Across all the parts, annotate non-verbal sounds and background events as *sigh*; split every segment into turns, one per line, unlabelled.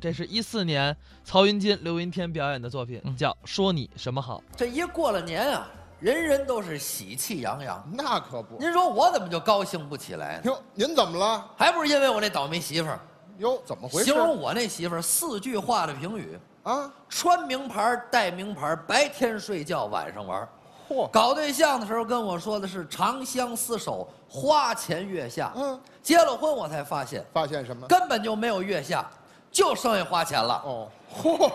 这是一四年曹云金、刘云天表演的作品，
嗯
叫《说你什么好》。
这一过了年啊，人人都是喜气洋洋。
那可不。
您说我怎么就高兴不起来呢？
哟，您怎么了？
还不是因为我那倒霉媳妇儿。
哟，怎么回事？
形容我那媳妇儿四句话的评语：
啊，
穿名牌儿，戴名牌儿，白天睡觉，晚上玩儿。
嚯，
搞对象的时候跟我说的是长相厮守，花前月下。
嗯，
结了婚我才发现，
发现什么？
根本就没有月下，就剩下花钱了。
哦，嚯，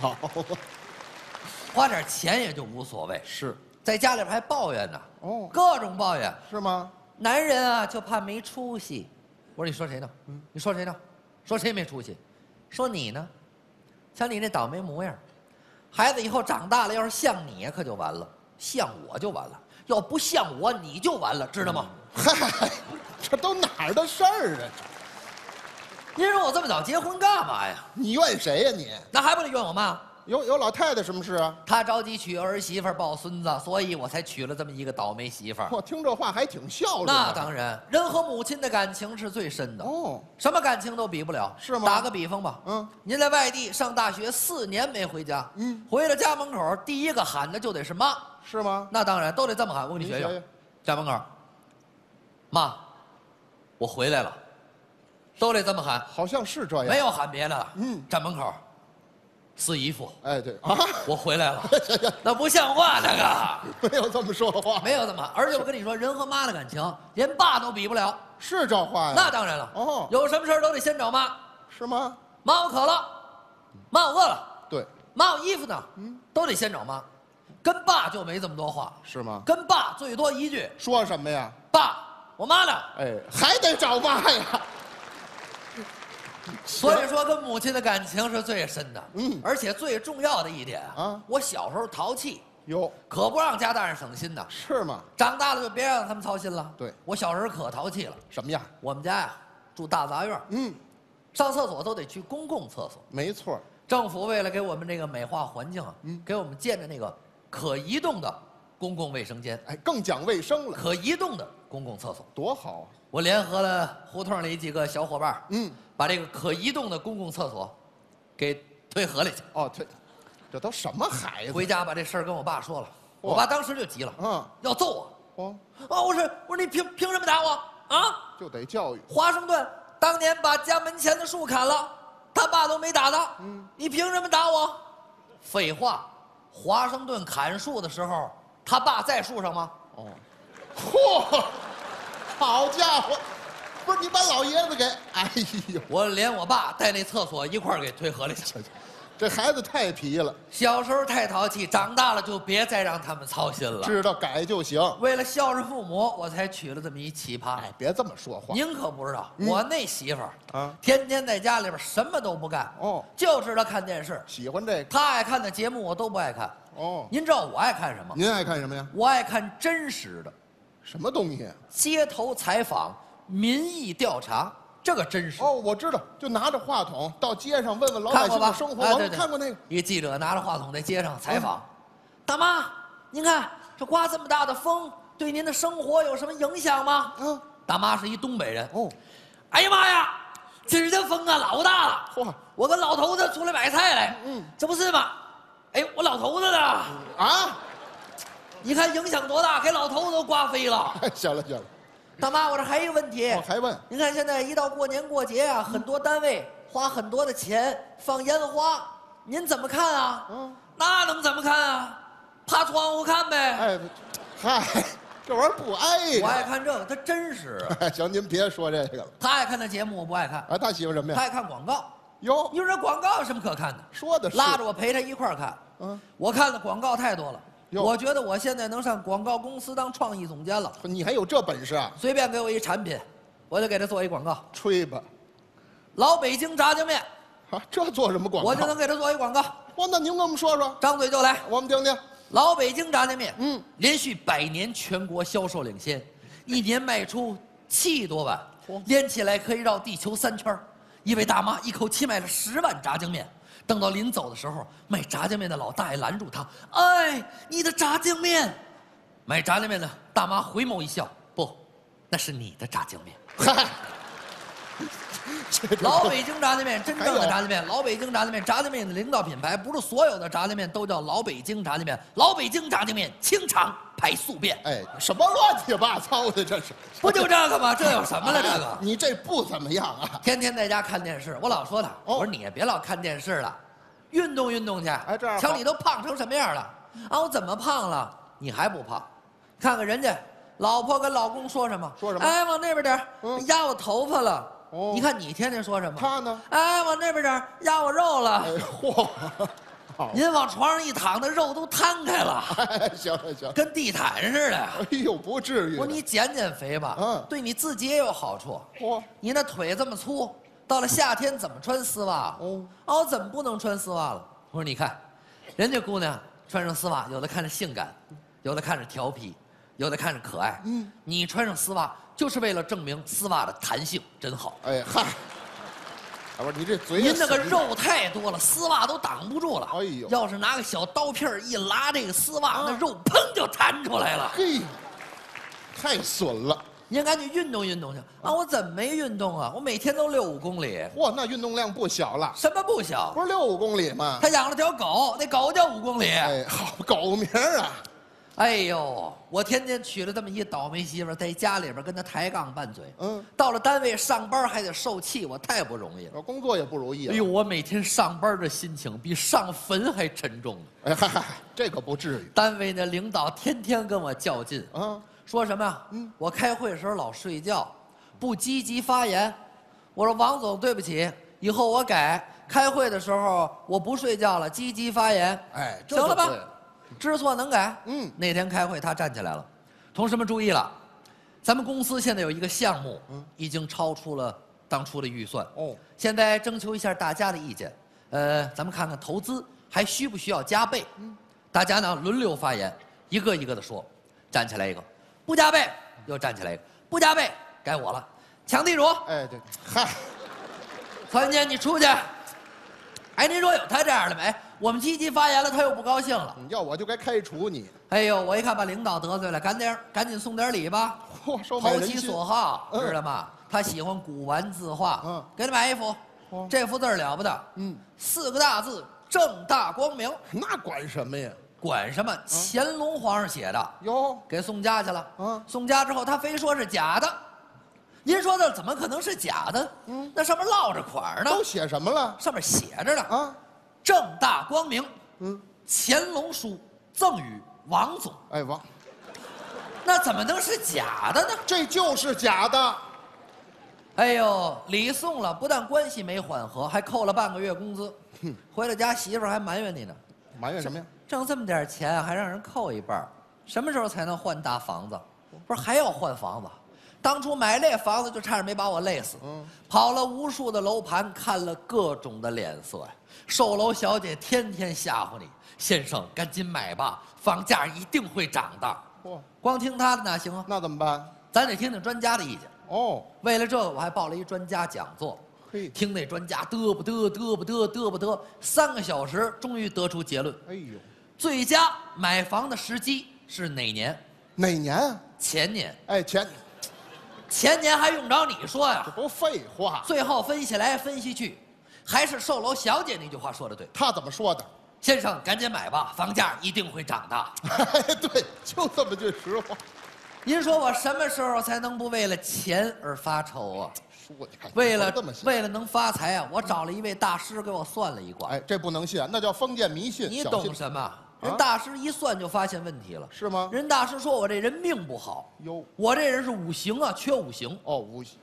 好啊，
花点钱也就无所谓，
是
在家里边还抱怨呢，
哦
各种抱怨。
是吗？
男人啊，就怕没出息。嗯我说你说谁呢？你说谁呢？说谁没出息？说你呢？瞧你那倒霉模样，孩子以后长大了要是像你可就完了，像我就完了，要不像我你就完了，知道吗？
嗨，这都哪儿的事儿啊？
您说我这么早结婚干嘛呀？
你怨谁呀、你？
那还不得怨我妈？
有有老太太什么事啊？
她着急娶儿媳妇儿抱孙子，所以我才娶了这么一个倒霉媳妇儿。
我听这话还挺孝顺的。啊
那当然，人和母亲的感情是最深的。
哦，
什么感情都比不了，
是吗
打个比方吧，
嗯
您在外地上大学四年没回家，
嗯
回到家门口第一个喊的就得是妈，
是吗？
那当然都得这么喊，我给你学
您学
学
学，
家门口，妈，我回来了，都得这么喊，
好像是这样。
没。有喊别的了，
哎嗯
站门口，四姨夫，
哎，对啊， *laughs*
我回来了， *laughs* 那不像话那个，
没有这么说话。
没有这么喊，而且我跟你说，人和妈的感情连爸都比不了，
是这话呀？
那当然了，
哦
有什么事儿都得先找妈。
是吗？
妈，我渴了，妈，我饿了，
对，
妈，我衣服呢？
嗯
都得先找妈，跟爸就没这么多话，
是吗？
跟爸最多一句
说什么呀？
爸，我妈呢？
哎，还得找妈呀。
所以说，跟母亲的感情是最深的。
嗯
而且最重要的一点啊
啊，
我小时候淘气，
哟，
可不让家大人省心呐。
是吗？
长大了就别让他们操心了。
对
我小时候可淘气了。
什么样？
我们家呀、住大杂院，
嗯，
上厕所都得去公共厕所。
没错儿。
政府为了给我们这个美化环境啊，
嗯
给我们建的那个可移动的公共卫生间、
哎，更讲卫生了，
可移动的公共厕所。
多好啊。
我联合了胡同里几个小伙伴，
嗯，
把这个可移动的公共厕所给推河里去。
哦，对，这都什么孩子？
回家把这事儿跟我爸说了，
嚯
我爸当时就急了，
嗯，
要揍我。
哦，
啊，我说我说你凭凭什么打我啊？
就得教育。
华盛顿当年把家门前的树砍了，他爸都没打他，你凭什么打我？废话，华盛顿砍树的时候，他爸在树上吗？
哦，嚯，好家伙，不是你把老爷子给，哎呦，
我连我爸带那厕所一块儿给推河里去了。
这孩子太皮了，
小时候太淘气，长大了就别再让他们操心了。
知道改就行。
为了孝顺父母，我才娶了这么一奇葩。
哎，嗯别这么说话。
您可不知道，我那媳妇儿
啊
天天在家里边什么都不干，
哦
就知道看电视。
喜欢这个？
她爱看的节目我都不爱看。
哦，嗯
您知道我爱看什么？
您爱看什么呀？
我爱看真实的
什么东
啊
西？
街头采访、民意调查，这个真实。
哦，我知道，就拿着话筒到街上问问老百
看过
姓
吧？
的生活。
啊
我
对对
看过那个。嗯
一个记者拿着话筒在街上采访，大妈，您看这刮这么大的风，对您的生活有什么影响吗？
嗯，
大妈是一东北人。
哦，
哎呀妈呀，今儿这风啊老大了！
嚯
我跟老头子出来买菜来，
嗯
这不是吗？哎，我老头子呢？
啊，
你看影响多大，给老头子都刮飞了。
哎，行了行了，
大妈，我这还有一个问题
我，哦还问，
您看现在一到过年过节啊，很多单位花很多的钱放烟花，您怎么看啊？
嗯
那能怎么看啊？趴窗户看呗。
哎，嗨，这玩意儿不挨
我爱
着。
看这个，他真
*laughs*
实。
哎，行，您别说这个了。
他爱看的节目我不爱看，
啊，他媳妇什么
他
呀？
爱看广告。
哟，
你说这广告有什么可看的？
说的是
拉着我陪他一块儿看。
嗯，
我看的广告太多了，
哟
我觉得我现在能上广告公司当创意总监了。
你还有这本事啊？
随便给我一产品，我就给他做一广告。
吹吧，
老北京炸酱面，
啊，这做什么广告？
我就能给他做一广告，
哇，那您跟我们说说，
张嘴就来。
我们听听。
老北京炸酱面，嗯
嗯，
连续百年全国销售领先，一年卖出七亿多碗
嚯，
连起来可以绕地球三圈儿。一位大妈一口气卖了十碗炸酱面，等到临走的时候，卖炸酱面的老大爷拦住她：“哎，你的炸酱面！”买炸酱面的
*laughs*
大妈回眸一笑：“不，那是你的炸酱面。
嗨，
老北京炸酱面，真正
还
的
有
炸酱面，老北京炸酱面，炸酱面的领导品牌，不是所有的炸酱面都叫老北京炸酱面。老北京炸酱面清肠排宿便，
哎，什么乱七八糟的这是？
不就这个吗？这有什么了？这个
哎你这不怎么样啊？
天天在家看电视，我老说他，
哦
我说你也别老看电视了，运动运动去。哎
这样
瞧
好
你都胖成什么样了？啊，我怎么胖了？你还不胖？看看人家，老婆跟老公说什么？
说什么
哎，往那边点儿
嗯
压我头发了。
哦
你看你天天说什么？
他呢
哎，往那边点儿压我肉了。
哎，嚯，好，
您往床上一躺，那肉都摊开了，
哎， *laughs* 行了行了，
跟地毯似的。
哎呦，不至于的。
我说你减减肥吧，
嗯
对你自己也有好处。
嚯，
你那腿这么粗，到了夏天怎么穿丝袜？哦
哦，
哦，怎么不能穿丝袜了？我说你看，人家姑娘穿上丝袜，有的看着性感，有的看着调皮，有的看着可爱。嗯
嗯，
你穿上丝袜就是为了证明丝袜的弹性真好。
哎嗨，啊不是你这嘴也
您那个
损
肉太多了，丝袜都挡不住了。哎
哎
呦
呦，啊
要是拿个小刀片儿一拉这个丝袜，那肉砰就弹出来了。
嘿，太损了。
您赶紧运动运动去啊！我怎么没运动啊？我每天都遛五公里，
嚯，那运动量不小了，
什么不小？
不是六公里吗？
他养了条狗，那狗叫五公里。
哎，好狗名儿啊！
哎呦，我天天娶了这么一倒霉媳妇儿，在家里边跟她抬杠拌嘴。
嗯
到了单位上班还得受气，我太不容易了。
我工作也不如意
哎
啊。
呦，我每天上班的心情比上坟还沉重呢。
哎嗨嗨，这可不至于
单位那领导天天跟我较劲，
啊！
说什么呀？我开会的时候老睡觉，不积极发言。我说王总，对不起，以后我改。开会的时候我不睡觉了，积极发言。
哎这
行了
就
吧
对了？
知错能改。
嗯
那天开会他站起来了，同事们注意了，咱们公司现在有一个项目，
嗯
已经超出了当初的预算。
哦
现在征求一下大家的意见，呃，咱们看看投资还需不需要加倍？嗯大家呢轮流发言，一个一个的说，站起来一个，不加倍，又站起来一个，不加倍，该我了，抢地主，
哎对，嗨，
曹云金你出去。哎，您说有他这样的没？哎我们积极发言了，他又不高兴了。
你要我就该开除你。
哎呦，我一看把领导得罪了，赶点赶紧送点礼吧。
嚯，收买
投
人
其
心。
所好，
嗯
知道吗？他喜欢古玩字画，
嗯
给他买一幅，
哦
这幅字儿了不得，
嗯
四个大字正大光明，
那管什么呀？
管什么？
嗯
乾隆皇上写的，
哟，
给送家去了。
嗯
送家之后他非说是假的，您说这怎么可能是假的？那上面落着款儿呢，
嗯都写什么了
上面写着呢，
啊？
正大光明，
嗯，
乾隆书赠与王总，
哎王，
那怎么能是假的呢？
这就是假的。
哎呦，礼送了，不但关系没缓和，还扣了半个月工资。回了家，媳妇儿还埋怨你呢，
埋怨什么呀？
挣这么点钱啊还让人扣一半儿，什么时候才能换大房子？不是还要换房子？当初买那房子就差点没把我累死。
嗯
跑了无数的楼盘，看了各种的脸色呀。售楼小姐天天吓唬你，先生赶紧买吧，房价一定会涨的。
嚯，
光听她的哪行啊？
那怎么办？
咱得听听专家的意见。
哦，
为了这个，我还报了一专家讲座。
嘿，
听那专家嘚不嘚嘚不嘚嘚不嘚，三个小时终于得出结论：
哎呦，
最佳买房的时机是哪年？
哪年啊？
前年，
哎，前
前年还用着你说
这
呀？
不废话，
最后分析来分析去，还是售楼小姐那句话说的对：
他怎么说的？ *laughs*
先生赶紧买吧，房价一定会涨的。
哎，对，就这么句实话。
您说我什么时候才能不为了钱而发愁啊？
说的，
为了
这么信，
为了能发财啊，我找了一位大师给我算了一卦。
哎，这不能信，那叫封建迷信。
你
小啊
懂
信
什么？人大师一算就发现问题了，
是吗
人大师说我这人命不好，
哟，
我这人是五行啊，缺五行，
哦，无锡，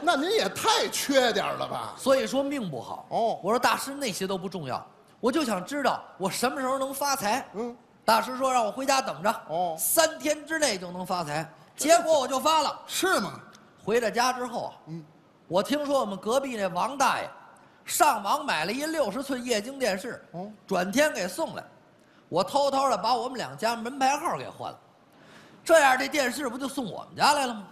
那您也太缺点了吧？
所以说命不好。
哦
我说大师那些都不重要，我就想知道我什么时候能发财。
嗯，
大师说让我回家等着，
哦
三天之内就能发财。结果我就发了。
是吗？
回到家之后啊，
嗯
我听说我们隔壁那王大爷上网买了一六十寸液晶电视，
哦
转天给送来，我偷偷的把我们两家门牌号给换了，这样这电视不就送我们家来了吗？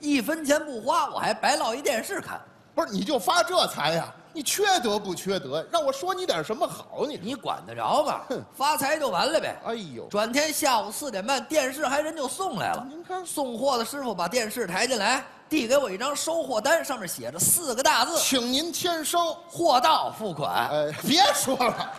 一分钱不花，我还白落一电视看。
不是，你就发这财呀、你缺德不缺德？让我说你点什么好你？
你管得着吗
哼？
发财就完了呗。
哎呦，
转天下午四点半，电视还人就送来了。
您看
送货的师傅把电视抬进来，递给我一张收货单，上面写着四个大字
请您签收。呃
“货到付款”。
哎，别说了，